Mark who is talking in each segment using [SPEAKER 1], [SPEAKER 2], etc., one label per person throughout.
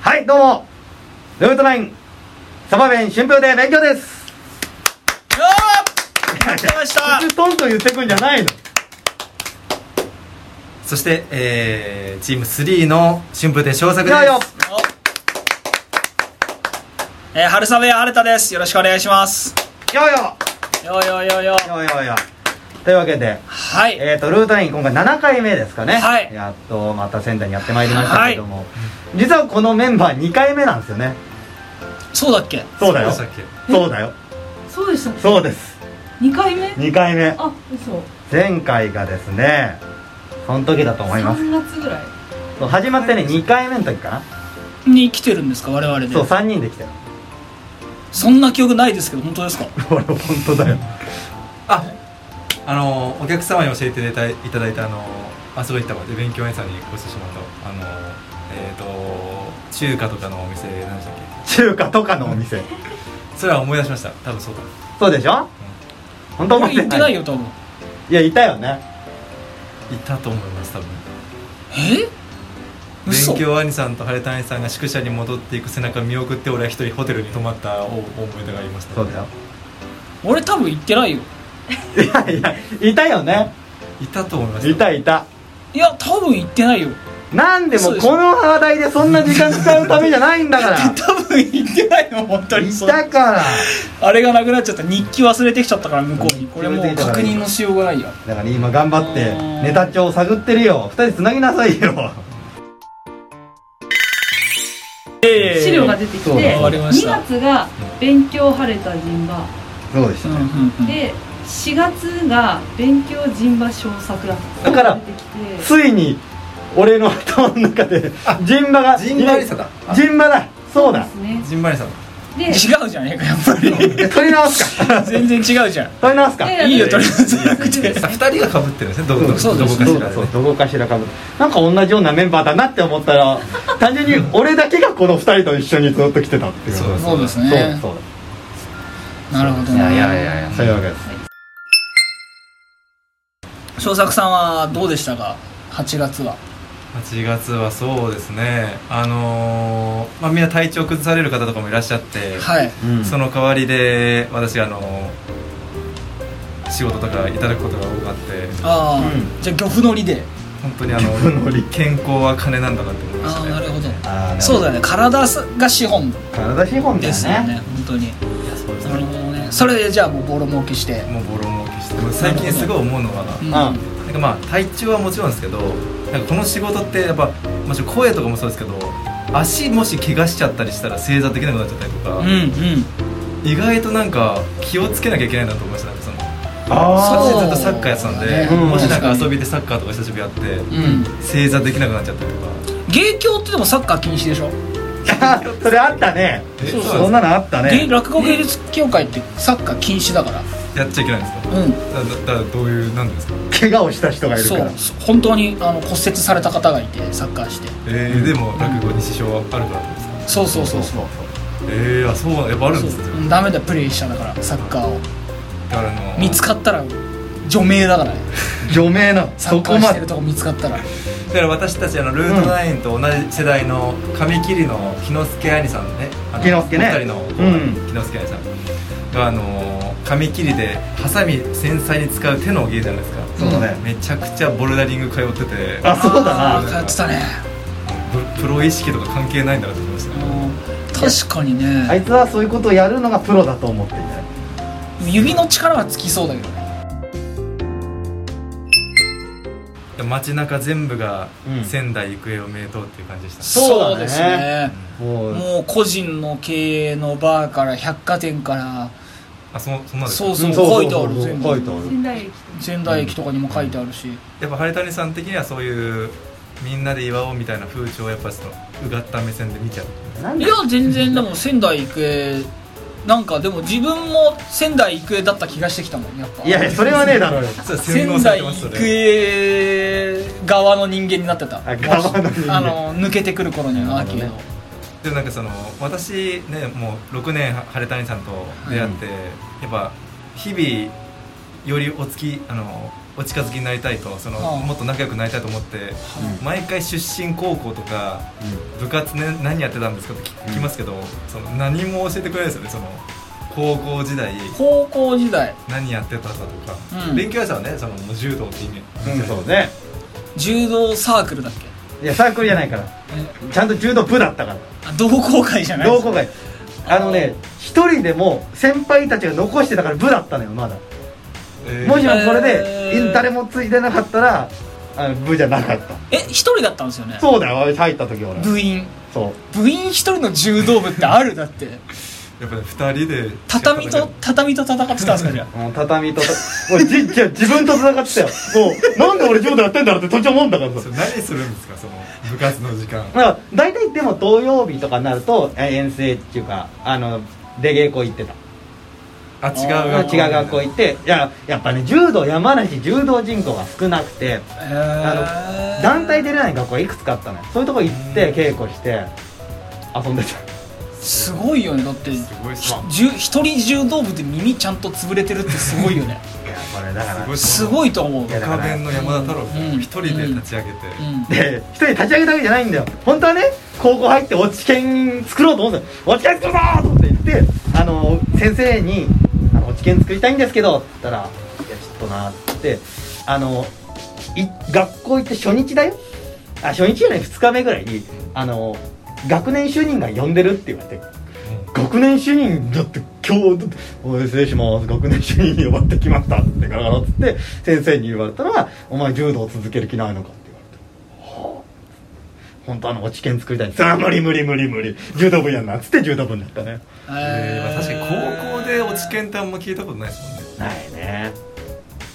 [SPEAKER 1] はい、どうも。ルートナイン、サバ弁春風で勉強です。
[SPEAKER 2] よーやってました
[SPEAKER 1] 普通トントン言ってくんじゃないの。
[SPEAKER 3] そして、えー、チーム3の春風亭昇作
[SPEAKER 1] い
[SPEAKER 3] で
[SPEAKER 1] やいや、
[SPEAKER 3] す
[SPEAKER 2] えー、春雨晴れたですよろしくお願いします
[SPEAKER 1] いやいや、
[SPEAKER 2] よよよよ
[SPEAKER 1] いやいやいや。というわけで、
[SPEAKER 2] はい
[SPEAKER 1] えーと、ルートナイン今回7回目ですかね。
[SPEAKER 2] はい
[SPEAKER 1] やっとまた仙台にやってまいりましたけども。実はこのメンバー2回目なんですよね。
[SPEAKER 2] そうだっけ
[SPEAKER 1] そうだよ。
[SPEAKER 3] そうでしたっ
[SPEAKER 1] そうだよ。
[SPEAKER 4] そうでしたっけ
[SPEAKER 1] そうです。
[SPEAKER 4] 2回目
[SPEAKER 1] 2回目。
[SPEAKER 4] あ嘘
[SPEAKER 1] 前回がですね、その時だと思います。
[SPEAKER 4] 3月ぐらい
[SPEAKER 1] そう始まってね、2回目の時かな。
[SPEAKER 2] に来てるんですか我々で
[SPEAKER 1] そう、3人で来たよ。
[SPEAKER 2] そんな記憶ないですけど本当ですか
[SPEAKER 1] 俺、本当だよ。
[SPEAKER 3] ああのーお客様に教えていただいただいたあのーあそこ行ったまで勉強園さんにごしてしまったあのーえっ、と中華とかのお店何でしたっ
[SPEAKER 1] 中華とかのお店。
[SPEAKER 3] けそれは思い出しました多分そうだ
[SPEAKER 1] そうでしょ、本当思
[SPEAKER 2] 俺行ってないよ多分
[SPEAKER 1] いやいたよね
[SPEAKER 3] いたと思います多分
[SPEAKER 2] え嘘
[SPEAKER 3] 勉強兄さんと晴れた兄さんが宿舎に戻っていく背中を見送って俺は一人ホテルに泊まった思い出がありました
[SPEAKER 1] そうだよ
[SPEAKER 2] 俺多分行ってないよ
[SPEAKER 1] いやいやいたよね
[SPEAKER 3] いたと思います
[SPEAKER 1] いたいた
[SPEAKER 2] いや多分行ってないよ
[SPEAKER 1] なんでも
[SPEAKER 2] そう
[SPEAKER 1] う
[SPEAKER 2] でしょ
[SPEAKER 1] この話題でそんな時間使うためじゃないんだ から
[SPEAKER 2] 多分行ってないよ本当に
[SPEAKER 1] い
[SPEAKER 2] そう
[SPEAKER 1] たから
[SPEAKER 2] あれがなくなっちゃった日記忘れてきちゃったから向こうに
[SPEAKER 1] 日記
[SPEAKER 2] これも
[SPEAKER 1] 忘
[SPEAKER 2] う
[SPEAKER 1] れてきたか
[SPEAKER 2] 確
[SPEAKER 1] ら
[SPEAKER 2] 認のしようがないや
[SPEAKER 1] だから今頑張って
[SPEAKER 2] うん
[SPEAKER 1] ネタ帳を探ってるよ二人つなぎなさいよ
[SPEAKER 4] 資料が出てきて
[SPEAKER 1] そうだ
[SPEAKER 2] わかりま
[SPEAKER 4] 2
[SPEAKER 2] した
[SPEAKER 4] 月が勉強晴れた陣馬
[SPEAKER 1] そうでし
[SPEAKER 2] う
[SPEAKER 1] た
[SPEAKER 2] んうん
[SPEAKER 1] ね、
[SPEAKER 2] うん
[SPEAKER 4] で4月が勉強陣馬小作だった
[SPEAKER 1] だから
[SPEAKER 4] 出てきて
[SPEAKER 1] ついに俺の頭の中でジンバが
[SPEAKER 3] ジンバリサだ
[SPEAKER 1] ジンバだそうだ
[SPEAKER 4] ですね
[SPEAKER 3] ジンバリさん
[SPEAKER 4] で
[SPEAKER 2] 違うじゃねえかやっぱり
[SPEAKER 1] 取り直すか
[SPEAKER 2] 全然違うじゃ
[SPEAKER 1] 取り直すか
[SPEAKER 4] で
[SPEAKER 2] んいいよとりあえずなくて
[SPEAKER 3] さ二人がかぶってるんですねどどどこかし
[SPEAKER 2] そ
[SPEAKER 3] ら
[SPEAKER 2] う
[SPEAKER 3] で
[SPEAKER 2] です
[SPEAKER 1] そうだそうどこかしらかぶるなんか同じようなメンバーだなって思ったら単純に俺だけがこの2人と一緒にずっと来てたっていう
[SPEAKER 3] そうだ
[SPEAKER 2] そうです
[SPEAKER 1] そうだ
[SPEAKER 2] ね
[SPEAKER 1] そうだ
[SPEAKER 2] なるほどね
[SPEAKER 1] やそういうわけです
[SPEAKER 2] 翔作さんはどうでしたか8月は
[SPEAKER 3] 8月はそうですねあのーまあ、みんな体調崩される方とかもいらっしゃって、
[SPEAKER 2] はい
[SPEAKER 3] その代わりで私あのー仕事とかいただくことが多かって
[SPEAKER 2] ああ、
[SPEAKER 1] う
[SPEAKER 2] じゃあ漁夫の利で
[SPEAKER 3] 本当にあの健康は金なんだなって思いまし
[SPEAKER 2] あ
[SPEAKER 3] た
[SPEAKER 2] あ
[SPEAKER 3] ね
[SPEAKER 2] なるほど
[SPEAKER 1] あー
[SPEAKER 2] そうだね体が資本
[SPEAKER 1] 体資本だ
[SPEAKER 2] で
[SPEAKER 1] よ
[SPEAKER 2] すよね
[SPEAKER 1] ね
[SPEAKER 2] 本当に
[SPEAKER 3] いやそうです
[SPEAKER 2] なる
[SPEAKER 3] ね
[SPEAKER 2] ほどねそれでじゃあもうボロ儲けして
[SPEAKER 3] もうボロ儲けしてもう最近すごい思うのは
[SPEAKER 2] うん
[SPEAKER 1] あ
[SPEAKER 3] なんかまあ体調はもちろんですけどなんかこの仕事ってやっぱ、まあ、声とかもそうですけど足もし怪我しちゃったりしたら正座できなくなっちゃったりとか、
[SPEAKER 2] うんうん
[SPEAKER 3] 意外となんか気をつけなきゃいけないなと思いましたなんかその
[SPEAKER 1] あ
[SPEAKER 2] そう
[SPEAKER 3] 私ずっとサッカーやってたんで、
[SPEAKER 1] うん
[SPEAKER 3] もしなんか遊びでサッカーとか久しぶりやって、
[SPEAKER 2] うん
[SPEAKER 3] 正座できなくなっちゃったりとか
[SPEAKER 2] 芸協ってでもサッカー禁止でしょ、
[SPEAKER 1] ーそれあったね
[SPEAKER 3] え
[SPEAKER 2] そうそう
[SPEAKER 1] そんなのあった
[SPEAKER 2] 芸
[SPEAKER 1] ね
[SPEAKER 2] 落語芸術協会ってサッカー禁止だから
[SPEAKER 3] やっちゃいけないんですか
[SPEAKER 2] うん
[SPEAKER 3] だだだからどういうなんですか
[SPEAKER 1] 怪我をした人がいる
[SPEAKER 2] そ
[SPEAKER 1] か
[SPEAKER 2] う
[SPEAKER 1] ら
[SPEAKER 2] 本当にあの骨折された方がいてサッカーして
[SPEAKER 3] えー、でも落語に支障はあるからってことですか
[SPEAKER 2] そうそうそうそう
[SPEAKER 3] えー、あそうやっぱあるんですね
[SPEAKER 2] うんダメだよプレイしただからサッカーを
[SPEAKER 3] だからあの
[SPEAKER 2] 見つかったら除名だからね
[SPEAKER 1] 除名なの
[SPEAKER 2] サ
[SPEAKER 1] そ
[SPEAKER 2] ッカ
[SPEAKER 1] こ
[SPEAKER 2] ーし
[SPEAKER 1] ま
[SPEAKER 2] て
[SPEAKER 1] で
[SPEAKER 2] るとこ見つかったら
[SPEAKER 3] だから私たちあのルートナインと同じ世代の髪切りの木之助兄さんねあの
[SPEAKER 1] 木之助ね
[SPEAKER 3] お二人の後輩、
[SPEAKER 1] うん
[SPEAKER 3] 木之助兄さんがあのー髪切りでハサミ繊細に使う手の芸じゃないですか
[SPEAKER 1] そうだね
[SPEAKER 3] めちゃくちゃボルダリング通ってて
[SPEAKER 1] あそうだ
[SPEAKER 2] あ
[SPEAKER 1] な
[SPEAKER 2] ー通ってたね
[SPEAKER 3] ププロ意識とか関係ないんだなって思いました
[SPEAKER 2] あ
[SPEAKER 3] ね
[SPEAKER 2] ー確かに
[SPEAKER 1] あ
[SPEAKER 2] ね
[SPEAKER 1] いつはそういうことをやるのがプロだと思っていた
[SPEAKER 2] 指の力はつきそうだけどね
[SPEAKER 3] 街中全部が
[SPEAKER 1] うん
[SPEAKER 3] 仙台育英おめでとうっていう感じでした、
[SPEAKER 1] そうだね
[SPEAKER 2] ですね
[SPEAKER 1] もう
[SPEAKER 2] もう個人の経営のバーから百貨店から
[SPEAKER 3] あそそんなんですか
[SPEAKER 2] そうそう
[SPEAKER 1] うんそうそう
[SPEAKER 2] 書いてある全
[SPEAKER 1] 書い
[SPEAKER 2] 部
[SPEAKER 1] てある
[SPEAKER 4] 仙台駅
[SPEAKER 2] 仙台駅とかにも書いてあるし
[SPEAKER 3] やっぱ晴谷さん的にはそういうみんなで祝おうみたいな風潮をやっぱちょっとうがった目線で見ちゃう
[SPEAKER 1] なん
[SPEAKER 2] い
[SPEAKER 1] で
[SPEAKER 2] や全然でも仙台育英なんかでも自分も仙台育英だった気がしてきたもんやっぱ
[SPEAKER 1] いやいやそれはねえだろうよ
[SPEAKER 3] そう洗脳
[SPEAKER 2] 仙
[SPEAKER 3] さ
[SPEAKER 2] 台
[SPEAKER 3] れてますそれ
[SPEAKER 2] 育英側の人間になってた
[SPEAKER 1] あ側の人間
[SPEAKER 2] あの抜けてくる頃にはアーケード
[SPEAKER 3] でもなんかその私ねもう6年晴谷さんと出会って、やっぱ日々よりお付きあのお近づきになりたいとその
[SPEAKER 2] ああ
[SPEAKER 3] もっと仲良くなりたいと思って
[SPEAKER 1] うん
[SPEAKER 3] 毎回出身高校とか部活、ね、何やってたんですかって聞きますけど、その何も教えてくれないですよねその高校時代
[SPEAKER 2] 高校時代
[SPEAKER 3] 何やってたかとか、
[SPEAKER 2] うん
[SPEAKER 3] 勉強やさんはねそのもう柔道って意味、
[SPEAKER 1] うん、そうね
[SPEAKER 2] 柔道サークルだっけ
[SPEAKER 1] いやサークルじゃないからちゃんと柔道部だったか
[SPEAKER 2] あ同好会じゃな
[SPEAKER 1] ら
[SPEAKER 2] い
[SPEAKER 1] 同好会あのね一人でも先輩たちが残してたから部だったのよまだ
[SPEAKER 3] えー
[SPEAKER 1] もしもこれで
[SPEAKER 2] えー
[SPEAKER 1] 誰もついてなかったらあの部じゃなかった
[SPEAKER 2] え一人だったんですよね
[SPEAKER 1] そうだよ俺入った時俺
[SPEAKER 2] 部員
[SPEAKER 1] そう
[SPEAKER 2] 部員一人の柔道部ってあるだって
[SPEAKER 3] やっぱり二人で
[SPEAKER 2] 畳と畳と戦ってたんですかじゃ
[SPEAKER 1] もう畳 ともうじじゃあ自分と戦ってたよもうなんで俺柔道やってんだろうって途中思うんだから
[SPEAKER 3] そ
[SPEAKER 1] さ
[SPEAKER 3] れ何するんですかその部活の時
[SPEAKER 1] だ
[SPEAKER 3] 間
[SPEAKER 1] から大体でも土曜日とかになるとえ遠征っていうかあの出稽古行ってた
[SPEAKER 3] あ違う
[SPEAKER 1] 違
[SPEAKER 3] 学校
[SPEAKER 1] う学校行っていややっぱね柔道山梨柔道人口が少なくて
[SPEAKER 2] あ
[SPEAKER 1] 団体出れない学校がいくつかあったのよそういうとこ行って稽古して遊んでた
[SPEAKER 2] すごいよねだって
[SPEAKER 3] すごいっす
[SPEAKER 2] ひ
[SPEAKER 3] ね
[SPEAKER 2] じゅ一人柔道部で耳ちゃんと潰れてるってすごいよね
[SPEAKER 1] いや これだから
[SPEAKER 3] ごい
[SPEAKER 2] すごいと思う
[SPEAKER 1] いやだから
[SPEAKER 3] 岡弁の山田太郎みたいな
[SPEAKER 2] うん
[SPEAKER 3] 一人で立ち上げて、
[SPEAKER 2] うん
[SPEAKER 1] で一人立ち上げたわけじゃないんだよ本当はね高校入って落ち券作ろうと思ってた落ち券作るぞーと思って言ってあの先生に「あの落ち券作りたいんですけど」って言ったら「いやちょっとな」って言ってあのい学校行って初日だよあ初日じゃない2日目ぐらいにあの学年主任が呼んでるって言われて
[SPEAKER 3] うん
[SPEAKER 1] 学年主任だって今日「おい失礼します学年主任呼ばってきました」ってガラガラっつって先生に言われたら「お前柔道続ける気ないのか」って言われて「はあ本当はあの落ち券作りたいんです」あ無理無理無理無理柔道部やんな」っつって柔道部になったね
[SPEAKER 3] えーまあ確かに高校で落ち
[SPEAKER 2] け
[SPEAKER 3] 研ってあんま聞いたことないですもんね
[SPEAKER 1] ないね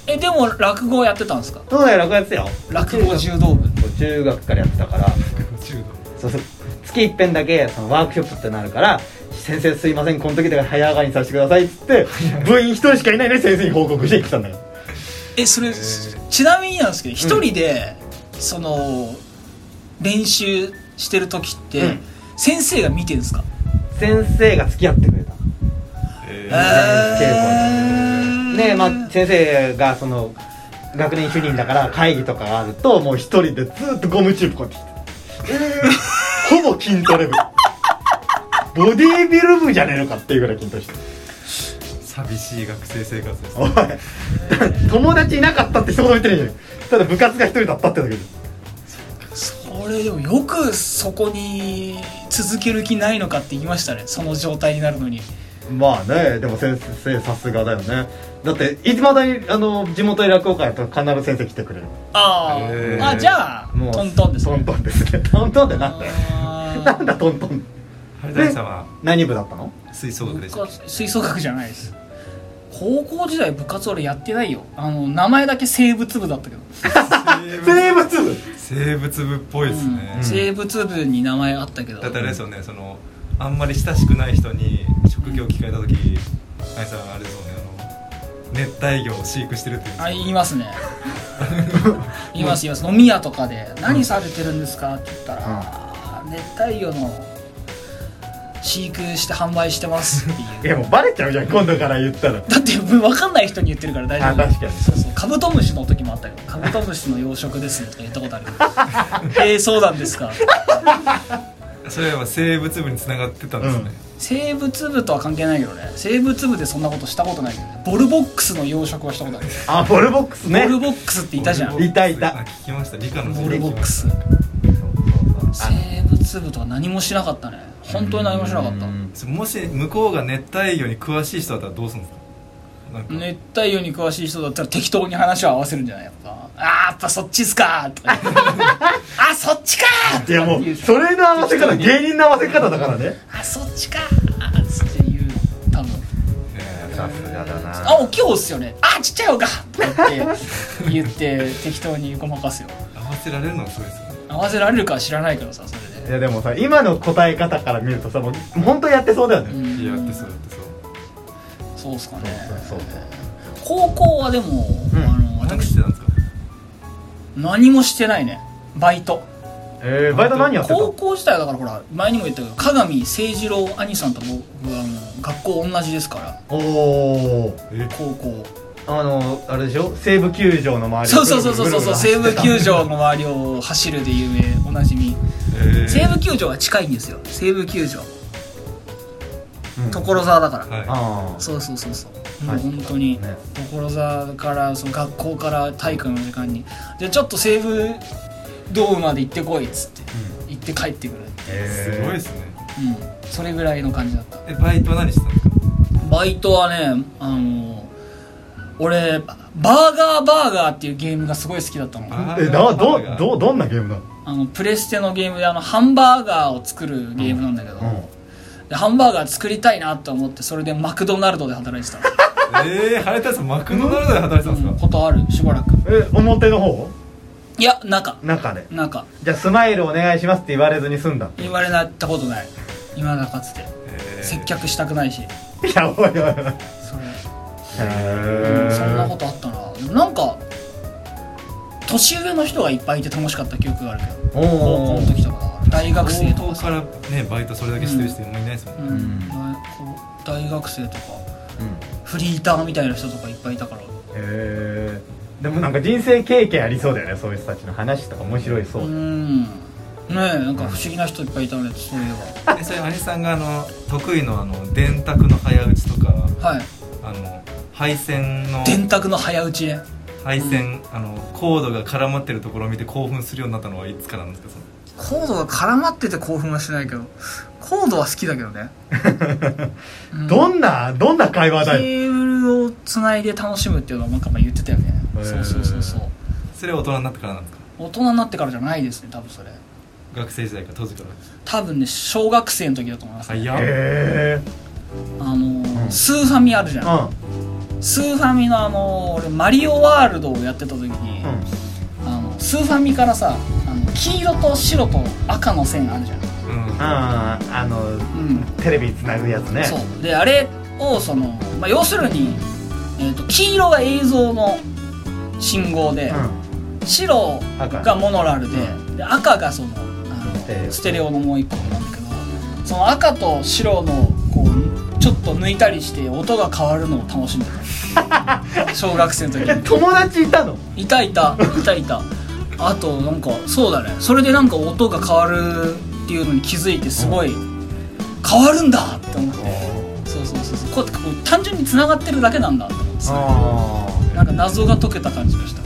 [SPEAKER 2] えでも落語やってたんですか
[SPEAKER 1] そうだよ楽やつよ
[SPEAKER 2] 落語柔道部
[SPEAKER 1] 中学からやってたから
[SPEAKER 3] 柔道
[SPEAKER 1] そうそう月一遍だけそのワークショップってなるから「先生すいませんこの時だから早上がりにさせてください」っつって部員一人しかいないね先生に報告して行ってたんだよ
[SPEAKER 2] えそれ、
[SPEAKER 3] えー
[SPEAKER 2] ちなみになんですけど一人で、その練習してる時って、
[SPEAKER 1] うん
[SPEAKER 2] 先生が見てるんですか
[SPEAKER 1] 先生が付き合ってくれた
[SPEAKER 3] え
[SPEAKER 2] え
[SPEAKER 3] ー
[SPEAKER 1] 稽古で、まあ、先生がその学年主任だから会議とかがあるともう一人でずっとゴムチューブこうやってきて、ほぼ筋トレ部ボディービル部じゃねえのかっていうぐらい筋トレしてる
[SPEAKER 3] 寂しい学生生活です
[SPEAKER 1] おい友達いなかったって一言言ってるじゃんただ部活が一人だったってだけで
[SPEAKER 2] それでもよくそこに続ける気ないのかって言いましたねその状態になるのに
[SPEAKER 1] まあねでも先生さすがだよねだっていまだにあの地元で落語会やったら必ず先生来てくれる
[SPEAKER 2] あー、
[SPEAKER 3] えー
[SPEAKER 2] あじゃあトントンですね
[SPEAKER 1] トントンですねトントンってなんだよ
[SPEAKER 2] あー
[SPEAKER 1] なんだトントン
[SPEAKER 3] 春谷さんは
[SPEAKER 1] 何部だったの
[SPEAKER 3] 吹奏楽でし
[SPEAKER 2] 僕
[SPEAKER 3] た
[SPEAKER 2] は吹奏楽じゃないです高校時代部活俺やってないよあの名前だけ生物部だったけど、
[SPEAKER 1] 生物部
[SPEAKER 3] 生物部っぽいです
[SPEAKER 2] う
[SPEAKER 3] ね
[SPEAKER 2] ん、生物部に名前あったけど
[SPEAKER 3] だってあれですよねそのあんまり親しくない人に職業聞かれた時あいさんあれですよねあの熱帯魚を飼育してるって言うんです
[SPEAKER 2] あ
[SPEAKER 3] よ
[SPEAKER 2] 言いますね言います言います飲み屋とかで「何されてるんですか?」って言ったら
[SPEAKER 1] うん
[SPEAKER 2] あー「熱帯魚の飼育して販売してます」って
[SPEAKER 1] い
[SPEAKER 2] い
[SPEAKER 1] や
[SPEAKER 2] う
[SPEAKER 1] もうバレちゃうじゃん今度から言ったら
[SPEAKER 2] だって分かんない人に言ってるから大丈夫
[SPEAKER 1] あ確かに
[SPEAKER 2] そうそうカブトムシの時もあったよカブトムシの養殖ですねとか言っ たことあるえー、そうなんですか
[SPEAKER 3] それは生物部に繋がってたんですね、
[SPEAKER 2] 生物部とは関係ないけどね生物部でそんなことしたことないけどねボルボックスの養殖はしたことある、
[SPEAKER 1] あボルボックスね
[SPEAKER 2] ボルボックスっていたじゃん
[SPEAKER 1] ボルいたいた
[SPEAKER 3] あ聞きました理科の
[SPEAKER 2] ボ
[SPEAKER 3] 授
[SPEAKER 2] ル
[SPEAKER 3] 業
[SPEAKER 2] ボッ
[SPEAKER 3] 聞き
[SPEAKER 2] ク
[SPEAKER 3] ま
[SPEAKER 2] ス
[SPEAKER 3] した
[SPEAKER 2] 生物部とか何もしなかったね本当に何もしなかっ
[SPEAKER 1] うん
[SPEAKER 3] もし向こうが熱帯魚に詳しい人だったらどうするんですかなんか
[SPEAKER 2] た熱帯魚に詳しい人だったら適当に話を合わせるんじゃないやっぱあーやっぱそっちっ すかーとかあそっちかー
[SPEAKER 1] いやも
[SPEAKER 2] とか言
[SPEAKER 1] うそれの合わせ方芸人の合わせ方だからね
[SPEAKER 2] あそっちかーつって言う多分
[SPEAKER 3] えー
[SPEAKER 1] さすがだ
[SPEAKER 2] あ大きい方っすよねあちっちゃい方かって言って言って適当にごまかすよ
[SPEAKER 3] 合わせられるのがすごいですよね
[SPEAKER 2] 合わせられるかは知らないけどさそれ
[SPEAKER 1] い
[SPEAKER 2] で
[SPEAKER 1] やでもさ今の答え方から見るとさもう本当やってそうだよ
[SPEAKER 2] う
[SPEAKER 1] ね、
[SPEAKER 2] ん
[SPEAKER 3] いややってそうやってそ
[SPEAKER 2] そ
[SPEAKER 3] う
[SPEAKER 2] うっすかね
[SPEAKER 1] そうそうそう
[SPEAKER 2] 高校はでも、
[SPEAKER 1] うん
[SPEAKER 2] あの
[SPEAKER 3] 何し
[SPEAKER 2] 私
[SPEAKER 3] てたんですか
[SPEAKER 2] 何もしてないねバイト
[SPEAKER 1] えー、バイト何やってた
[SPEAKER 2] 高校時代はだからほら前にも言ったけど加賀見誠二郎兄さんと僕はもう学校同じですから
[SPEAKER 1] おお
[SPEAKER 3] え
[SPEAKER 2] 高校
[SPEAKER 1] あのあれでしょ西武球場の周り
[SPEAKER 2] そうそうそうそうそうそう西武球
[SPEAKER 1] 場
[SPEAKER 2] 場の周りを走るで有名おなじみ
[SPEAKER 3] えー
[SPEAKER 2] 西武球場は近いんですよ西武球場所沢だから、
[SPEAKER 3] はい
[SPEAKER 1] ああ
[SPEAKER 2] そうそうそうそう、
[SPEAKER 1] はい
[SPEAKER 2] もう本当に、
[SPEAKER 1] ね
[SPEAKER 2] 所沢からその学校から体育の時間にじゃあちょっと西武ドームまで行ってこいっつって行って帰ってくる、
[SPEAKER 3] すごいですね
[SPEAKER 2] うん、それぐらいの感じだった
[SPEAKER 3] えバイトは何してたんですか
[SPEAKER 2] バイトはねあの俺バーガーバーガーっていうゲームがすごい好きだったの
[SPEAKER 3] あ
[SPEAKER 1] えなどどどんなゲームなの
[SPEAKER 2] あのプレステのゲームであのハンバーガーを作るゲームなんだけど、でハンバーガー作りたいなと思ってそれでマクドナルドで働いて た
[SPEAKER 3] えー、原田さんマクドナルドで働いてたんで
[SPEAKER 2] の
[SPEAKER 3] すか、
[SPEAKER 2] ことあるしばらく
[SPEAKER 1] え表の方
[SPEAKER 2] いや中
[SPEAKER 1] 中で
[SPEAKER 2] 中
[SPEAKER 1] じゃあスマイルお願いしますって言われずに済んだ
[SPEAKER 2] 言われなったことない今だかつて
[SPEAKER 3] えー
[SPEAKER 2] 接客したくないし
[SPEAKER 1] やばいやばい
[SPEAKER 2] それ
[SPEAKER 1] へ
[SPEAKER 2] そんなことあったなでもなんか年上の人がいっぱいいて楽しかった記憶があるけど
[SPEAKER 1] おー
[SPEAKER 2] 高校の時とかだから大学生と
[SPEAKER 3] 高
[SPEAKER 2] か
[SPEAKER 3] 校
[SPEAKER 2] さ
[SPEAKER 3] からねバイトそれだけしてる人もいないですもんね、
[SPEAKER 2] うん
[SPEAKER 1] ん
[SPEAKER 2] 大高大学生とかフリーターみたいな人とかいっぱいいたから
[SPEAKER 1] へえでもなんか人生経験ありそうだよねそういう人たちの話とか面白いそうう、
[SPEAKER 2] んねえなんか不思議な人いっぱいいたねそういえ
[SPEAKER 3] えそれ兄さんがあの得意のあの電卓の早打ちとか
[SPEAKER 2] ばはい
[SPEAKER 3] あの配線の
[SPEAKER 2] 電卓の早打ちね
[SPEAKER 3] 配線、あのコードが絡まってるところを見て興奮するようになったのはいつからなんですかその
[SPEAKER 2] コードが絡まってて興奮はしないけどコードは好きだけどね、うん
[SPEAKER 1] どんなどんな会話
[SPEAKER 2] ケ
[SPEAKER 1] だよ
[SPEAKER 2] ーブルをつないで楽しむっていうのはなんかまあ言ってたよね
[SPEAKER 1] へー
[SPEAKER 2] そうそうそうそう
[SPEAKER 3] それは大人になってからなんですか
[SPEAKER 2] 大人になってからじゃないですね多分それ
[SPEAKER 3] 学生時代から当時からです
[SPEAKER 2] 多分ね小学生の時だと思います、ね、
[SPEAKER 3] 早っ、
[SPEAKER 1] へえ
[SPEAKER 2] あのー
[SPEAKER 1] うん
[SPEAKER 2] スーファミあるじ
[SPEAKER 1] う
[SPEAKER 2] ゃんスーファミのあのー俺マリオワールドをやってた時に、
[SPEAKER 1] んうん
[SPEAKER 2] あのスーファミからさあの黄色と白と赤の線あるじゃん、
[SPEAKER 3] うん
[SPEAKER 1] あーあの
[SPEAKER 2] うん、
[SPEAKER 1] テレビつなぐやつね
[SPEAKER 2] そうであれをその、まあ、要するに、えー、と黄色が映像の信号で、
[SPEAKER 1] う
[SPEAKER 2] 白が
[SPEAKER 1] 赤
[SPEAKER 2] モノラルでで赤がそのあ
[SPEAKER 1] ステレ
[SPEAKER 2] の
[SPEAKER 1] オ
[SPEAKER 2] ステレオのもう一個なんだけどその赤と白のこうちょっと抜いたりして音が変わるのを楽 しんでた小学生の時
[SPEAKER 1] んえ友達いたの
[SPEAKER 2] いたいたいたいたあとなんかそうだねそれでなんか音が変わるっていうのに気づいてすごい変わるんだって思って。そうそうそうそうこうこう単純に繋がってるだけなんだと思ってさ
[SPEAKER 1] あー
[SPEAKER 2] なんか謎が解けた感じがした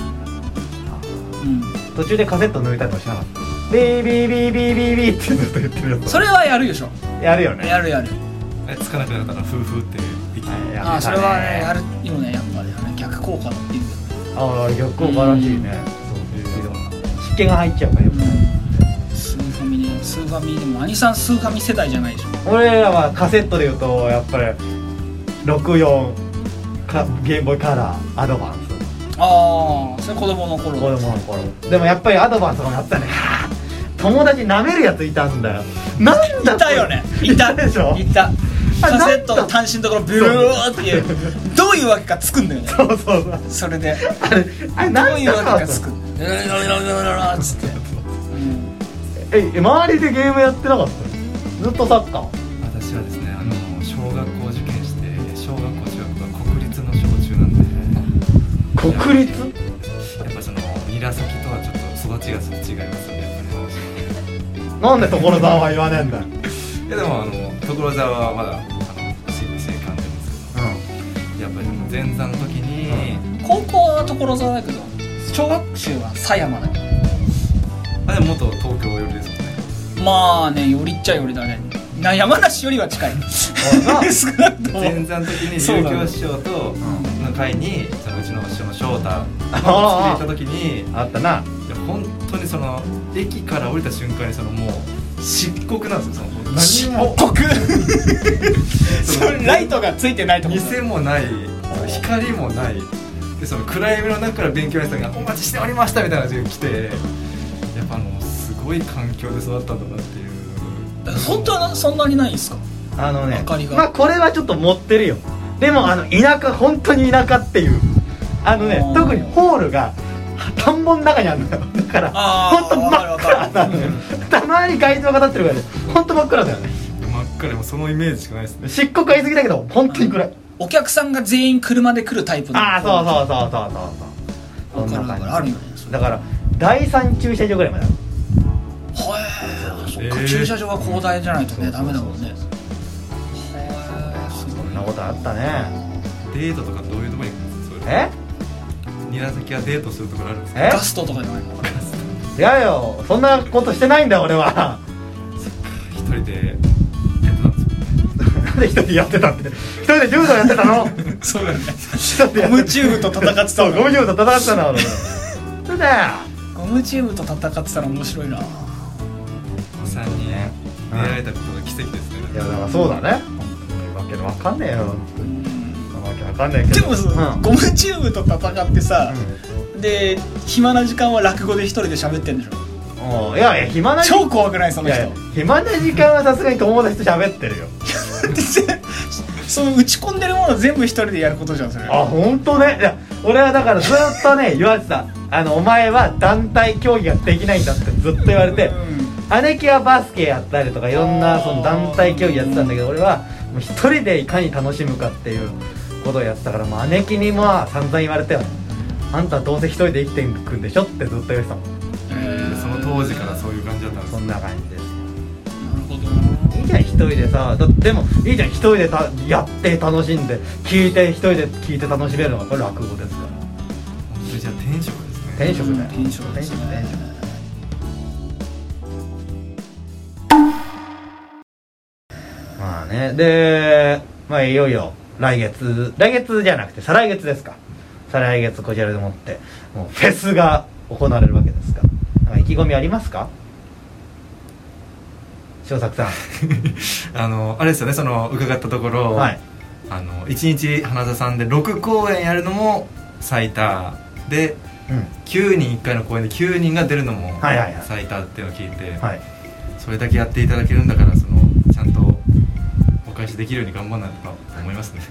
[SPEAKER 2] うん
[SPEAKER 1] 途中でカセット抜いたりとかしなかったビービービービービービーってずっと言ってるやつ
[SPEAKER 2] それはやるでしょ
[SPEAKER 1] やるよね
[SPEAKER 2] やるやる
[SPEAKER 3] えつかなくなったら夫婦ってできない
[SPEAKER 2] ああそれはねや
[SPEAKER 1] る
[SPEAKER 2] るよねやっぱね逆効果っていう
[SPEAKER 1] ああ逆効果らしいねそう湿気が入っちゃうからよくない
[SPEAKER 2] スーファミねスーファミでも兄さんスーファミ世代じゃないでしょ
[SPEAKER 1] 俺らはカセットで言うとやっぱり64かゲームボーイカラーアドバンス
[SPEAKER 2] ああそれ子供の頃
[SPEAKER 1] 子供の頃でもやっぱりアドバンスもやったね はぁ友達舐めるやついたんだよなんだ
[SPEAKER 2] いたよねいた
[SPEAKER 1] でしょ
[SPEAKER 2] いた
[SPEAKER 1] あ
[SPEAKER 2] カセットの単身のところブルーっていうどういうわけかつくんだよね
[SPEAKER 1] そうそうそう
[SPEAKER 2] それで
[SPEAKER 1] あれあれ
[SPEAKER 2] どう
[SPEAKER 1] 何
[SPEAKER 2] いうわけ
[SPEAKER 1] だ
[SPEAKER 2] かつくんだよねロロロロロロロっつってうん
[SPEAKER 1] え周りでゲームやってなかったずっとサッカー
[SPEAKER 3] 私はですねあの小学校受験して小学校中学校は国立の小中なんで
[SPEAKER 1] 国立
[SPEAKER 3] やっぱその韮崎とはちょっと育ちがちょっと違いますよねやっぱり
[SPEAKER 1] なんで所沢は言わねえんだよ、
[SPEAKER 3] いやでもあの所沢はまだあの新新幹線ですけどやっぱりでも前座の時に、
[SPEAKER 2] 高校は所沢だけど小学習は狭山だけ
[SPEAKER 3] あでも元東京寄りですもんね
[SPEAKER 2] どまあね寄りっちゃ寄りだねな山梨よりは近い
[SPEAKER 1] あな
[SPEAKER 2] 少なくとも
[SPEAKER 3] 前座の時に
[SPEAKER 2] そうだね
[SPEAKER 3] 琉球師匠との会にそのうちの師匠の翔太
[SPEAKER 1] あ
[SPEAKER 3] が作っていた時に
[SPEAKER 1] うん、あったない
[SPEAKER 3] や本当にその駅から降りた瞬間にそのもう漆黒なんですよそ
[SPEAKER 2] 漆
[SPEAKER 3] の何も
[SPEAKER 2] 黒それライトがついてないとこ
[SPEAKER 3] 店もないその光もないでその暗闇の中から勉強屋さんが「お待ちしておりました」みたいな感じで来てやっぱあのすごい環境で育ったんだなっていう
[SPEAKER 2] 本当はそんなにないんですか
[SPEAKER 1] あのね
[SPEAKER 2] 明かりが
[SPEAKER 1] まあこれはちょっと持ってるよでもあの田舎本当に田舎っていうあのね
[SPEAKER 2] あー
[SPEAKER 1] 特にホールが田んぼの中にあるのよだから
[SPEAKER 2] あー
[SPEAKER 1] 本当真っ
[SPEAKER 2] わ
[SPEAKER 1] 暗な
[SPEAKER 2] かるわかる
[SPEAKER 1] のよたまに街灯が立ってるからね本当真っ暗だよね
[SPEAKER 3] 真っ赤でもそのイメージしかないですね
[SPEAKER 1] 漆黒は言い過ぎだけど本当に暗い
[SPEAKER 2] お客さんが全員車で来るタイプの
[SPEAKER 1] ああそうそうそうそうそうそう
[SPEAKER 2] わかるわかるあるよねそれ
[SPEAKER 1] だから第三駐車場ぐらいまである
[SPEAKER 2] はいそっ
[SPEAKER 3] へ
[SPEAKER 2] か
[SPEAKER 3] ー
[SPEAKER 2] 駐車場が広大じゃないと
[SPEAKER 1] そうそうそう
[SPEAKER 2] ねダメだもんねへーす
[SPEAKER 1] そ
[SPEAKER 2] ごい
[SPEAKER 1] んなことあったね
[SPEAKER 3] デートとかどういうとこに行くんですかそれ
[SPEAKER 1] え
[SPEAKER 3] 韮崎はデートするところあるんですか
[SPEAKER 1] え
[SPEAKER 2] ガストとかじゃないの
[SPEAKER 1] いやよそんなことしてないんだよ俺は
[SPEAKER 3] 一人でやってたんですよ
[SPEAKER 1] なんで一人でやってたって一人で柔道やってたの
[SPEAKER 2] そうだよね
[SPEAKER 1] 一人でや
[SPEAKER 2] ゴ
[SPEAKER 1] って
[SPEAKER 2] ムチューブと戦ってた
[SPEAKER 1] そう
[SPEAKER 2] もん
[SPEAKER 1] ゴム柔道戦ってたな俺そうだよ
[SPEAKER 2] ゴムチューブと戦ってたら面白いな
[SPEAKER 3] お三人
[SPEAKER 1] ね
[SPEAKER 3] 出会えたことが奇跡です
[SPEAKER 1] い
[SPEAKER 3] ね
[SPEAKER 1] やだからそうだねわけわかんねえよわけわかんねえけ
[SPEAKER 2] で
[SPEAKER 1] ど
[SPEAKER 2] もさ、
[SPEAKER 1] うん
[SPEAKER 2] ゴムチューブと戦ってさ、で暇な時間は落語で一人で喋ってんでしょ
[SPEAKER 1] うんおいやいや暇な時
[SPEAKER 2] 超怖くないそ
[SPEAKER 1] い
[SPEAKER 2] の人
[SPEAKER 1] やいや暇な時間はさすがに友達と喋ってるよ
[SPEAKER 2] でぜ その打ち込んでるもの全部一人でやることじゃんそれ
[SPEAKER 1] あ本当ねいや俺はだからずっとね言われてたあのお前は団体競技ができないんだってずっと言われて
[SPEAKER 2] うん
[SPEAKER 1] 姉貴はバスケやったりとかいろんなその団体競技やってたんだけど俺はもう一人でいかに楽しむかっていうことをやってたからもう姉貴にまあ散々言われたよあんたどうせ一人で生きていくんでしょってずっと言われてたもん
[SPEAKER 3] でその当時からそういう感じだったんです
[SPEAKER 1] そんな感じです
[SPEAKER 2] なるほどない
[SPEAKER 1] いじゃん一人でさだでもいいじゃん一人でたやって楽しんで聞いて一人で聞いて楽しめるのがこれ落語ですから
[SPEAKER 3] 本当にじゃあ転職ですね
[SPEAKER 1] 転職だよ
[SPEAKER 2] 転職
[SPEAKER 1] 転職転職まあねでまあいよいよ来月来月じゃなくて再来月ですか再来月こちらでもってもうフェスが行われるわけですからなんか意気込みありますか翔作さん
[SPEAKER 3] あのあれですよねその伺ったところ、
[SPEAKER 1] はい
[SPEAKER 3] あの1日花田さんで6公演やるのも最多で
[SPEAKER 1] うん
[SPEAKER 3] 9人1回の公演で9人が出るのも
[SPEAKER 1] はいはいはい
[SPEAKER 3] 最多っていうのを聞いて、
[SPEAKER 1] はい
[SPEAKER 3] それだけやっていただけるんだからそのちゃんとお返しできるように頑張らないとと思 いますね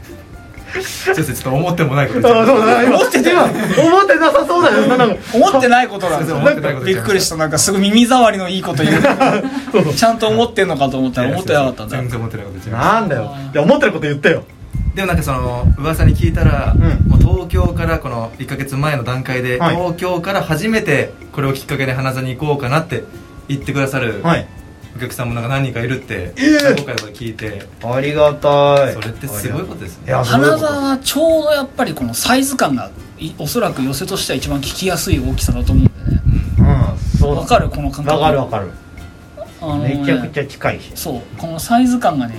[SPEAKER 3] ちょっとちょっと思ってもないこと言っちゃいました
[SPEAKER 1] だ思って今思ってなさそうだよそんなの
[SPEAKER 2] 思ってないことなんだ
[SPEAKER 3] すいません思ってないこと
[SPEAKER 2] びっくりしたなんかすごい耳障りのいいこと言う ちゃんと思ってんのかと思ったら思ってなかったんだ
[SPEAKER 3] 全然思ってないこと言っちゃいました
[SPEAKER 1] なんだよで思ってること言ってよ
[SPEAKER 3] でもなんかその噂に聞いたら、
[SPEAKER 1] うん
[SPEAKER 3] もう東京からこの1か月前の段階で、
[SPEAKER 1] はい
[SPEAKER 3] 東京から初めてこれをきっかけで花座に行こうかなって言ってくださる
[SPEAKER 1] はい
[SPEAKER 3] お客さんもなんか何人かいるって、
[SPEAKER 1] ええ
[SPEAKER 3] 今回は聞いて
[SPEAKER 1] ありがたい
[SPEAKER 3] それってすごいことです
[SPEAKER 1] い
[SPEAKER 3] ね
[SPEAKER 1] やすごい
[SPEAKER 2] 花
[SPEAKER 1] こと
[SPEAKER 2] 座はちょうどやっぱりこのサイズ感がいおそらく寄せとしては一番聞きやすい大きさだと思うんでね
[SPEAKER 1] うんそう
[SPEAKER 2] わかるこの感覚
[SPEAKER 1] わかるわかる
[SPEAKER 2] あのね
[SPEAKER 1] めちゃくちゃ近いし
[SPEAKER 2] そうこのサイズ感がね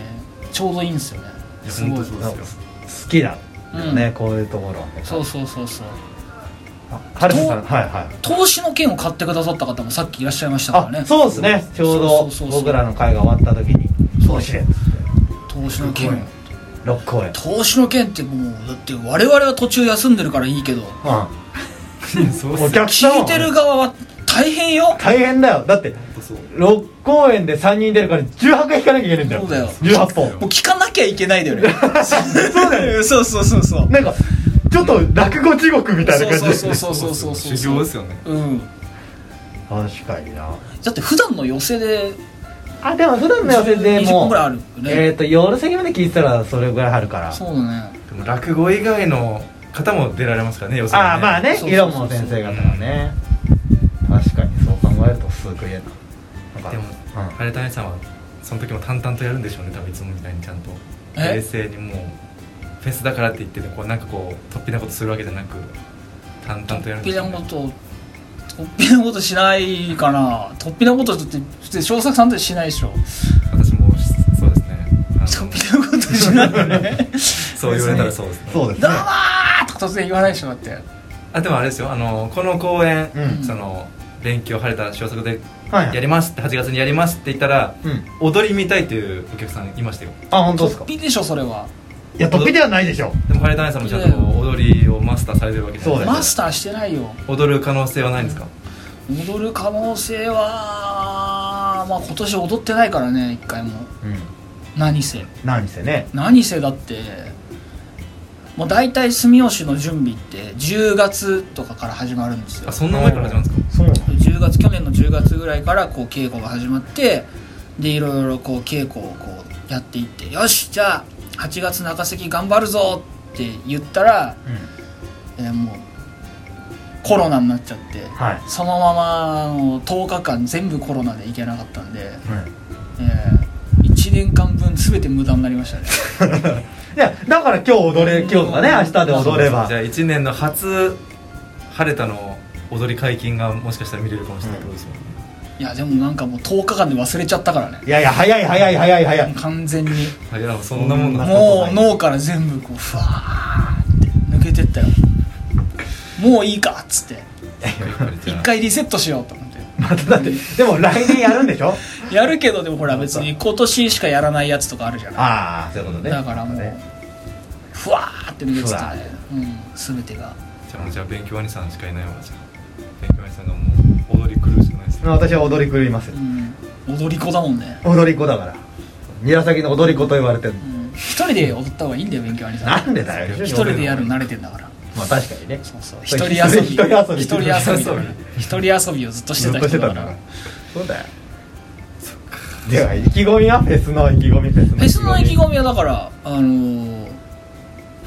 [SPEAKER 2] ちょうどいいんですよね
[SPEAKER 3] いや
[SPEAKER 2] すごい
[SPEAKER 3] 本当そうですよ
[SPEAKER 1] 好きだよね、
[SPEAKER 2] うん
[SPEAKER 1] こういうところはね
[SPEAKER 2] そうそうそうそう
[SPEAKER 1] あはるかさんはいはい
[SPEAKER 2] 投資の件を買ってくださった方もさっきいらっしゃいましたからね
[SPEAKER 1] あそうですねちょうど
[SPEAKER 2] そうそうそうそう
[SPEAKER 1] 僕らの会が終わった時に
[SPEAKER 2] そう
[SPEAKER 1] うしれ
[SPEAKER 2] 投資の件
[SPEAKER 1] 6公演
[SPEAKER 2] 投資の件ってもうだって我々は途中休んでるからいいけど
[SPEAKER 1] う
[SPEAKER 3] いやそうん
[SPEAKER 1] お
[SPEAKER 3] っすよ
[SPEAKER 1] 客さんは
[SPEAKER 2] 聞いてる側は大変よ
[SPEAKER 1] 大変だよだって
[SPEAKER 3] 本当そう
[SPEAKER 1] 6公演で3人出るから18回引かなきゃいけないんだよ
[SPEAKER 2] そうだよ
[SPEAKER 1] 18本
[SPEAKER 2] もう聞かなきゃいけないだよねそうだよ そうそうそうそう
[SPEAKER 1] なんかちょっと落語地獄みたいな感じ
[SPEAKER 2] そうそうそうそうそうそう
[SPEAKER 3] 修行ですよね
[SPEAKER 2] うん
[SPEAKER 1] 確かにな
[SPEAKER 2] だって普段の寄せで
[SPEAKER 1] あでも普段の寄せで
[SPEAKER 2] 20
[SPEAKER 1] も
[SPEAKER 2] 分ぐらいあるよね
[SPEAKER 1] えっ、と夜先まで聞いてたらそれぐらいあるから
[SPEAKER 2] そうだね
[SPEAKER 3] でも落語以外の方も出られますからね要するにね
[SPEAKER 1] ああまあね
[SPEAKER 2] そうそうそうそう
[SPEAKER 1] 色も先生方がね確かにそう考えるとすごいななんか
[SPEAKER 3] でも
[SPEAKER 1] うん
[SPEAKER 3] 晴れ谷さんはその時も淡々とやるんでしょうね多分いつもみたいにちゃんと
[SPEAKER 2] え
[SPEAKER 3] 冷静にもうフェスだからって言っててこうなんかこう突飛なことするわけじゃなく淡々とやる
[SPEAKER 2] 突
[SPEAKER 3] ん
[SPEAKER 2] 飛な
[SPEAKER 3] でしょうね
[SPEAKER 2] こと突飛なことしないかな突飛なことだって普通小作さんってしないでしょ
[SPEAKER 3] 私もしそうですねあの
[SPEAKER 2] 突飛なことしないよね
[SPEAKER 3] そう言われたらそうですね
[SPEAKER 1] そうです
[SPEAKER 2] ど
[SPEAKER 1] ね
[SPEAKER 2] うもーとか突然言わないでしょだって
[SPEAKER 3] あでもあれですよあのこの公演、
[SPEAKER 1] うん
[SPEAKER 3] その勉強晴れた消息で
[SPEAKER 1] はいはい
[SPEAKER 3] やりますって8月にやりますって言ったら
[SPEAKER 1] うん
[SPEAKER 3] 踊り見たいというお客さんいましたよ
[SPEAKER 1] あ本当です
[SPEAKER 2] 突
[SPEAKER 1] か
[SPEAKER 2] 飛でしょそれはい
[SPEAKER 1] や突飛ではないでしょ
[SPEAKER 3] でも晴れ谷さんもちゃんと踊りをマスターされてるわけじゃない
[SPEAKER 1] そう
[SPEAKER 3] で
[SPEAKER 1] だ
[SPEAKER 3] す
[SPEAKER 1] よ
[SPEAKER 3] か
[SPEAKER 2] マスターしてないよ
[SPEAKER 3] 踊る可能性はないんですか
[SPEAKER 2] 踊る可能性はまあ今年踊ってないからね一回も
[SPEAKER 1] うん
[SPEAKER 2] 何せ
[SPEAKER 1] 何せね
[SPEAKER 2] 何せだってもう大体住吉の準備って10月とかから始まるんですよ
[SPEAKER 3] あそんな前から始まるんですか
[SPEAKER 1] そうなの
[SPEAKER 2] 10月去年の10月ぐらいからこう稽古が始まってでいろいろこう稽古をこうやっていってよしじゃあ8月中関頑張るぞって言ったら、えーもうコロナになっちゃって、
[SPEAKER 1] はい
[SPEAKER 2] そのままあの10日間全部コロナで行けなかったんで、え1年間分全て無駄になりましたね
[SPEAKER 1] いやだから今日踊れ今日とかね明日で踊れば
[SPEAKER 3] じゃあ1年の初晴れたの踊り解禁がもしかしたら見れるかもしれないってことですもんね、
[SPEAKER 2] いやでもなんかもう10日間で忘れちゃったからね
[SPEAKER 1] いやいや早い早い早い早い
[SPEAKER 2] 完全に
[SPEAKER 3] いやそんなもんなんだ
[SPEAKER 2] もう脳から全部こうふわーって抜けてったよもういいかっつって一回リセットしようと思って
[SPEAKER 1] まただってでも来年やるんでしょ
[SPEAKER 2] やるけどでもほら別に今年しかやらないやつとかあるじゃない
[SPEAKER 1] ああそういうことね
[SPEAKER 2] だからもう
[SPEAKER 1] ね
[SPEAKER 2] ふわーって抜けて
[SPEAKER 1] ふわ
[SPEAKER 2] た
[SPEAKER 1] ー
[SPEAKER 2] ね、うん、全てが
[SPEAKER 3] じゃあもうじゃあ勉強兄さんしかいないわじゃあ勉強兄さんがもう踊り狂うしかないですね
[SPEAKER 1] 私は踊り狂いますよ
[SPEAKER 2] うん踊り子だもんね、
[SPEAKER 1] 踊り子だから韮崎の踊り子と言われてる
[SPEAKER 2] うん、一人で踊った方がいいんだよ勉強兄さん
[SPEAKER 1] なんでだよ
[SPEAKER 2] 一人でやるの慣れてんだから
[SPEAKER 1] まあ確かにね
[SPEAKER 2] そうそう一
[SPEAKER 1] 一人
[SPEAKER 2] 人遊び
[SPEAKER 1] 一人遊び
[SPEAKER 2] 一人遊びだね一人遊びをずっとしてた人だから
[SPEAKER 1] そうだよでは意気込みはフェスの意気込みフェスの
[SPEAKER 2] フェスの意気込みはだからあのー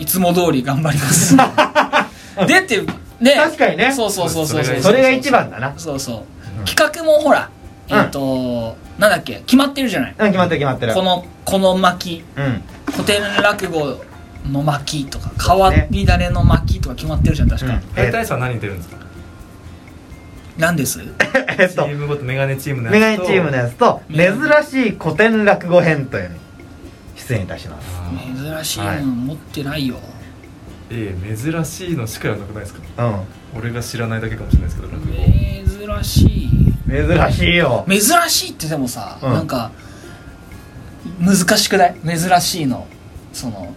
[SPEAKER 2] いつも通り頑張ります でってね
[SPEAKER 1] 確かにね
[SPEAKER 2] そうそうそうそうう
[SPEAKER 1] それが一番だな
[SPEAKER 2] そうそう、企画もほらえっ、と、なんだっけ決まってるじゃない
[SPEAKER 1] うん決まってる決まってる
[SPEAKER 2] このこの巻
[SPEAKER 1] うん
[SPEAKER 2] 古典落語の巻とか変わり種の巻とか決まってるじゃん確か、
[SPEAKER 1] うん
[SPEAKER 3] 兵隊さん何に出るんですか
[SPEAKER 2] なんです
[SPEAKER 1] えっ
[SPEAKER 3] チ
[SPEAKER 1] と
[SPEAKER 3] ームごとメガネチームの
[SPEAKER 1] メガ
[SPEAKER 3] や
[SPEAKER 1] ネ
[SPEAKER 3] つと
[SPEAKER 1] チームのやつと珍しい古典落語編というのに出演いたします
[SPEAKER 3] あ
[SPEAKER 2] 珍しい
[SPEAKER 1] はい
[SPEAKER 2] の持ってないよ、
[SPEAKER 3] ーええ珍しいのしかやらなくないですか
[SPEAKER 1] うん
[SPEAKER 3] 俺が知らないだけかもしれないですけど落語
[SPEAKER 2] 珍しい
[SPEAKER 1] 珍しいよ
[SPEAKER 2] 珍しいってでもさ、
[SPEAKER 1] うん
[SPEAKER 2] なんか難しくない珍しいのその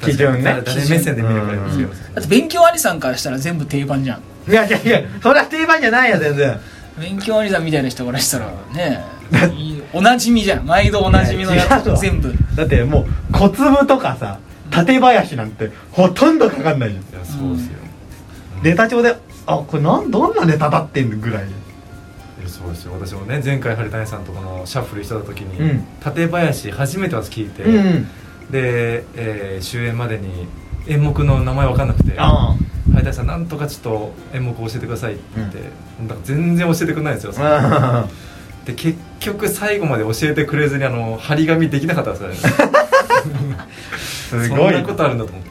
[SPEAKER 1] 基準ね
[SPEAKER 3] 誰誰目線で見るか
[SPEAKER 1] う
[SPEAKER 3] ら
[SPEAKER 1] ん
[SPEAKER 3] 違います
[SPEAKER 2] だって勉強兄さんからしたら全部定番じゃん
[SPEAKER 1] いやいやいやそれは定番じゃないよ全然
[SPEAKER 2] 勉強兄さんみたいな人からしたらね いいおなじみじゃん毎度おなじみのや
[SPEAKER 1] いや違うわ
[SPEAKER 2] つ全部
[SPEAKER 1] だってもう小粒とかさ縦林なんてほとんどかかんないじゃん
[SPEAKER 3] いやそうですよ、
[SPEAKER 1] ネタ帳であこれなんどんなネタだってんのぐらい
[SPEAKER 3] いやそうですよ私もね前回ハリタニさんとこのシャッフルしてた時に、
[SPEAKER 1] うん
[SPEAKER 3] 館林初めて私聞いて、
[SPEAKER 1] うんうん
[SPEAKER 3] で、えー終演までに演目の名前分かんなくて「ハ
[SPEAKER 1] あ
[SPEAKER 3] リタニさんなんとかちょっと演目教えてください」って言って、なんか全然教えてくれないんですよ、
[SPEAKER 1] あ
[SPEAKER 3] で結局最後まで教えてくれずにあの張り紙できなかったんですよね
[SPEAKER 1] す
[SPEAKER 3] そ
[SPEAKER 1] ご
[SPEAKER 3] ん
[SPEAKER 1] い
[SPEAKER 3] なことあるんだと思って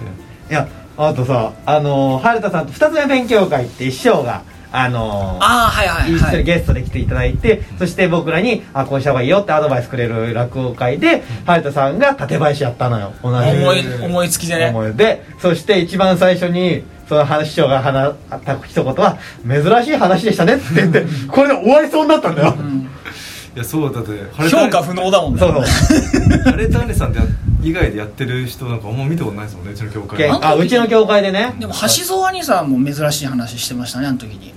[SPEAKER 1] いやあとさあのー春田さんと二つ目勉強会って師匠があのー
[SPEAKER 2] ああはいはい
[SPEAKER 1] 一
[SPEAKER 2] は
[SPEAKER 1] 緒に
[SPEAKER 2] い
[SPEAKER 1] ゲストで来ていただいて、そして僕らに「あこうした方がいいよ」ってアドバイスくれる落語会で春田さんが館林やったのよ同じ
[SPEAKER 2] 思い思いつきでね
[SPEAKER 1] 思いでそして一番最初にその話師匠が話した一言は「珍しい話でしたね」って言ってこれで終わりそうになったんだよ、
[SPEAKER 2] うん
[SPEAKER 3] いやそうだってハ
[SPEAKER 2] 評価不能だもんね
[SPEAKER 1] そうそう
[SPEAKER 3] ハリタニさんってや以外でやってる人なんかあんま見たことないですもんねうちの教会
[SPEAKER 1] け
[SPEAKER 3] は
[SPEAKER 1] あうちの教会でね
[SPEAKER 2] でも橋蔵兄さんも珍しい話してましたねあの時に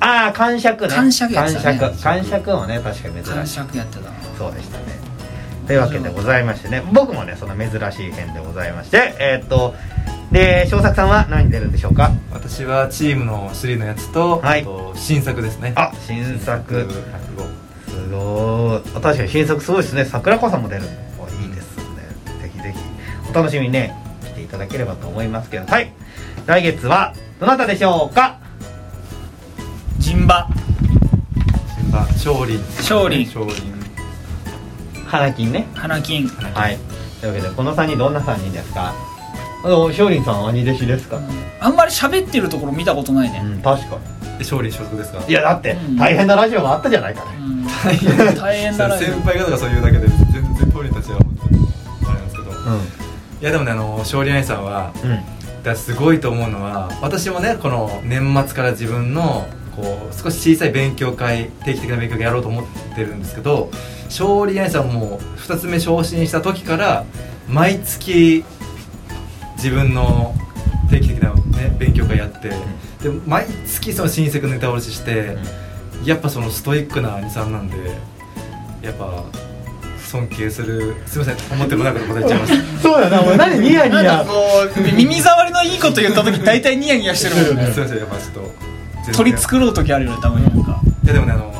[SPEAKER 1] ああ感触ね
[SPEAKER 2] 感触やつだね
[SPEAKER 1] 感触感触もね確かに珍
[SPEAKER 2] 感
[SPEAKER 1] しい
[SPEAKER 2] 触やってたな
[SPEAKER 1] そうでしたねというわけでございましてね僕もねその珍しい編でございましてえーっとで小作さんは何に出るんでしょうか
[SPEAKER 3] 私はチームの3のやつと、
[SPEAKER 1] はい
[SPEAKER 3] あと新作ですね
[SPEAKER 1] あ新作
[SPEAKER 3] 落語
[SPEAKER 1] すごい確かに新作すごいですね桜子さんも出るおいいですねぜひぜひお楽しみにね来ていただければと思いますけどはい来月はどなたでしょうか
[SPEAKER 2] 陣馬
[SPEAKER 3] 新版勝利
[SPEAKER 2] 勝利
[SPEAKER 3] 勝利
[SPEAKER 1] 花金ね
[SPEAKER 2] 花金
[SPEAKER 1] はいというわけでこの3人どんな3人ですかあの松林さんは兄弟子ですか、
[SPEAKER 2] あんまり喋ってるところ見たことないね、
[SPEAKER 1] うん、確か
[SPEAKER 3] 勝利所属ですか
[SPEAKER 1] にいやだって
[SPEAKER 2] うん
[SPEAKER 1] 大変なラジオがあったじゃないかね、
[SPEAKER 2] うん
[SPEAKER 3] 大変
[SPEAKER 2] 大変だな
[SPEAKER 3] 先輩方がそういうだけで全然ポリたちは本当にあれなんですけ
[SPEAKER 1] う
[SPEAKER 3] どい
[SPEAKER 1] ん
[SPEAKER 3] やでもねあの勝利愛さんは
[SPEAKER 1] うん
[SPEAKER 3] だからすごいと思うのは私もねこの年末から自分のこう少し小さい勉強会定期的な勉強会やろうと思ってるんですけど勝利愛さんも2つ目昇進した時から毎月自分の定期的な、ね、勉強会やってで毎月その新作ネタ卸ししてやっぱそのストイックな兄さんなんでやっぱ尊敬するすいません思ってもなくて答えちゃ いました
[SPEAKER 1] そうだな俺何ニヤニ
[SPEAKER 2] な
[SPEAKER 1] ヤ
[SPEAKER 2] んかこう耳障りのいいこと言った時大体ニヤニヤしてるもんね
[SPEAKER 3] すいませんやっぱちょっと全然
[SPEAKER 2] 取り繕う時あるよねたまになんか
[SPEAKER 3] いやでもねあの、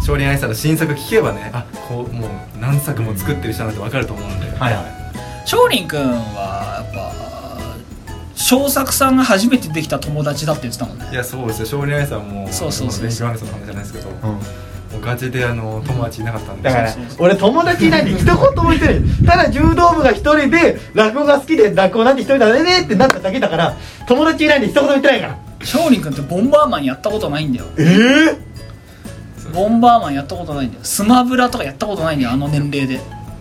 [SPEAKER 1] う
[SPEAKER 3] 少年愛さんの新作聞けばねあこうもう何作も作ってる人なんて分かると思うんで、
[SPEAKER 1] はいはい
[SPEAKER 2] 松林君はやっぱ小作さんが初めてできた友達だって言ってたもん
[SPEAKER 3] い
[SPEAKER 2] ね
[SPEAKER 3] やそうですよ少年愛さんも
[SPEAKER 2] そうそうそう
[SPEAKER 3] 勉強アナウンサーの話じゃないですけど、も
[SPEAKER 1] うん
[SPEAKER 3] うガチであの友達いなかったんで
[SPEAKER 1] だから
[SPEAKER 2] そうそうそ
[SPEAKER 1] 俺友達いないって一言も言ってないただ柔道部が一人で落語が好きで落語なんて一人だねねってなっただけだから友達いないって一言も言ってないから
[SPEAKER 2] 松林君ってボンバーマンやったことないんだよ
[SPEAKER 1] ええ
[SPEAKER 2] ボンバーマンやったことないんだよスマブラとかやったことないんだよあの年齢で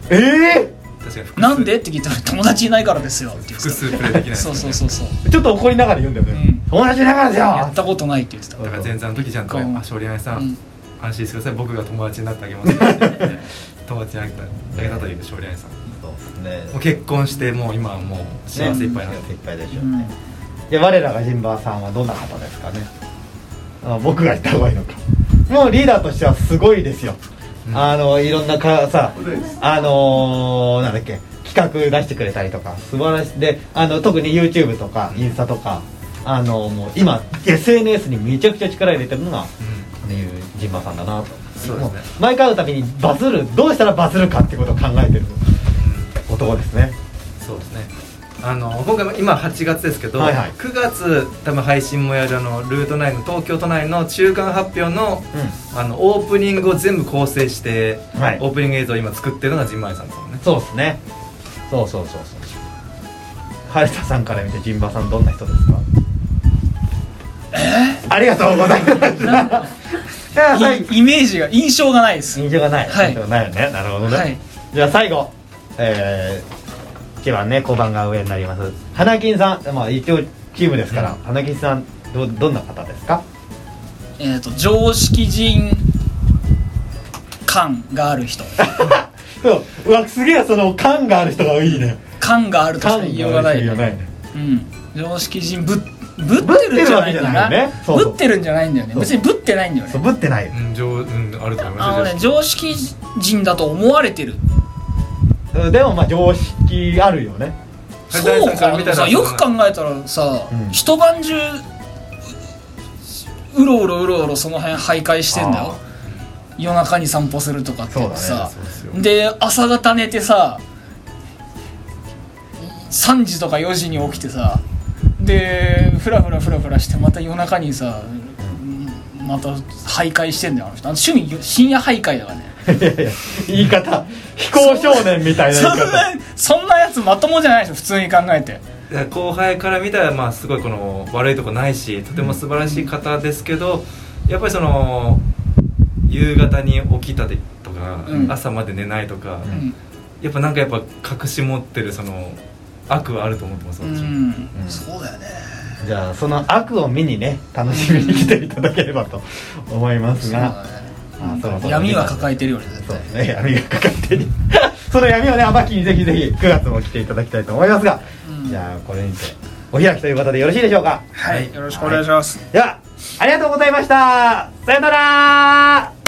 [SPEAKER 1] ええ
[SPEAKER 3] 確かに複数
[SPEAKER 2] なんでって聞いたら友達いないからですよって言って
[SPEAKER 3] 複
[SPEAKER 2] た
[SPEAKER 3] 数プレイできないです
[SPEAKER 2] そ
[SPEAKER 3] よ
[SPEAKER 2] う
[SPEAKER 3] ね
[SPEAKER 2] そうそうそう
[SPEAKER 1] ちょっと怒りながら言うんだよね、
[SPEAKER 2] うん
[SPEAKER 1] 友達いながらです
[SPEAKER 2] やっ
[SPEAKER 1] よ
[SPEAKER 2] たことないって言ってた
[SPEAKER 3] だから前座の時ちゃんと
[SPEAKER 2] うん
[SPEAKER 3] あ少年愛さ
[SPEAKER 2] うん
[SPEAKER 3] ん安心してください僕が友達になってあげますって友達になってあげたという少年愛さん
[SPEAKER 1] そうですね
[SPEAKER 3] もう結婚してもう今はもう幸せいっぱいなんで
[SPEAKER 1] いっぱいでしょ
[SPEAKER 2] う
[SPEAKER 1] うね、
[SPEAKER 2] ん
[SPEAKER 1] で我らがジンバーさんはどんな方ですかねあ僕が言った方がいいのかもうリーダーとしてはすごいですよ、
[SPEAKER 3] うん
[SPEAKER 1] あのいろんなかさ
[SPEAKER 3] そうです
[SPEAKER 1] あのーなんだっけ企画出してくれたりとか素晴らしいであの特に YouTube とかインスタとかあのもう今 SNS にめちゃくちゃ力入れてるのが
[SPEAKER 3] う
[SPEAKER 1] っていうジンバさんだなと
[SPEAKER 3] そうですね
[SPEAKER 1] も毎回会うたびにバズるどうしたらバズるかってことを考えてる男ですね
[SPEAKER 3] んそうですねあの今回も今8月ですけど、
[SPEAKER 1] はいはい
[SPEAKER 3] 9月多分配信もやるあのルート9の東京都内の中間発表の
[SPEAKER 1] うん
[SPEAKER 3] あのオープニングを全部構成して、
[SPEAKER 1] はい
[SPEAKER 3] オープニング映像を今作ってるのがジンマイさんですもんね
[SPEAKER 1] そうですねそうそうそうそう春田さんから見て陣馬さんどんな人ですかえありがとうございますいや 最後
[SPEAKER 2] イイメージが印象がないです
[SPEAKER 1] 印象がない、
[SPEAKER 2] はい
[SPEAKER 1] 印象がないよねなるほどね、
[SPEAKER 2] はい
[SPEAKER 1] じゃあ最後えー、一番ね小判が上になります花金さんまあ一応チームですから、花金さんどどんな方ですか
[SPEAKER 2] えっと常識人感がある人
[SPEAKER 1] そううわすげえその感がある人がいいね
[SPEAKER 2] 感があるとし
[SPEAKER 1] 感
[SPEAKER 2] か
[SPEAKER 1] が
[SPEAKER 2] 言いようがない
[SPEAKER 1] よ
[SPEAKER 2] ね
[SPEAKER 1] ね
[SPEAKER 2] うん常識人ぶっぶってるんじゃないんだ
[SPEAKER 1] ぶってるわけじゃないよ
[SPEAKER 2] な
[SPEAKER 1] ねそうそう
[SPEAKER 2] ぶってるんじゃないんだよね
[SPEAKER 1] そう
[SPEAKER 2] 別にぶってないんだよ
[SPEAKER 1] そう
[SPEAKER 2] ね
[SPEAKER 1] ぶってないよ
[SPEAKER 3] うん、上うん、あると思い
[SPEAKER 2] あの
[SPEAKER 3] ます
[SPEAKER 2] ね常識人だと思われてる
[SPEAKER 1] うんでもまあ常識あるよ ね
[SPEAKER 3] は
[SPEAKER 2] そ
[SPEAKER 3] い
[SPEAKER 2] う
[SPEAKER 3] 第三者
[SPEAKER 2] か
[SPEAKER 3] から
[SPEAKER 2] でも
[SPEAKER 3] 見たら
[SPEAKER 2] さよく考えたらさ、
[SPEAKER 1] うん
[SPEAKER 2] 一晩中ううろうろうろうろその辺徘徊してんだよ夜中に散歩するとかって言って
[SPEAKER 1] そうだね
[SPEAKER 2] さ
[SPEAKER 3] そうですよ
[SPEAKER 2] で朝方寝てさ3時とか4時に起きてさでフラフラフラフラしてまた夜中にさまた徘徊してんだよあの人あの趣味よ深夜徘徊だからね
[SPEAKER 1] いやいや言い方非行少年みたいな
[SPEAKER 2] そん
[SPEAKER 1] 言い
[SPEAKER 2] な
[SPEAKER 1] 方
[SPEAKER 2] そんなやつまともじゃないでしょ普通に考えて
[SPEAKER 3] だから後輩から見たらまあすごいこの悪いとこないしとても素晴らしい方ですけどやっぱりその夕方に起きたりとか、
[SPEAKER 2] うん
[SPEAKER 3] 朝まで寝ないとか、
[SPEAKER 2] うん
[SPEAKER 3] やっぱなんかやっぱ隠し持ってるその悪はあると思ってます
[SPEAKER 2] う
[SPEAKER 3] 私、
[SPEAKER 2] ん、そうだよね
[SPEAKER 1] じゃあその悪を見にね楽しみに来ていただければと思いますがあそろそろ
[SPEAKER 2] 闇は抱えてるよね絶
[SPEAKER 1] そう
[SPEAKER 2] 対
[SPEAKER 1] ですね闇がかかってる その闇をね暴きにぜひぜひ9月も来ていただきたいと思いますが、
[SPEAKER 2] うん
[SPEAKER 1] じゃあこれにてお開きということでよろしいでしょうか
[SPEAKER 2] はいよろしくお願いします、
[SPEAKER 1] ではありがとうございましたさよなら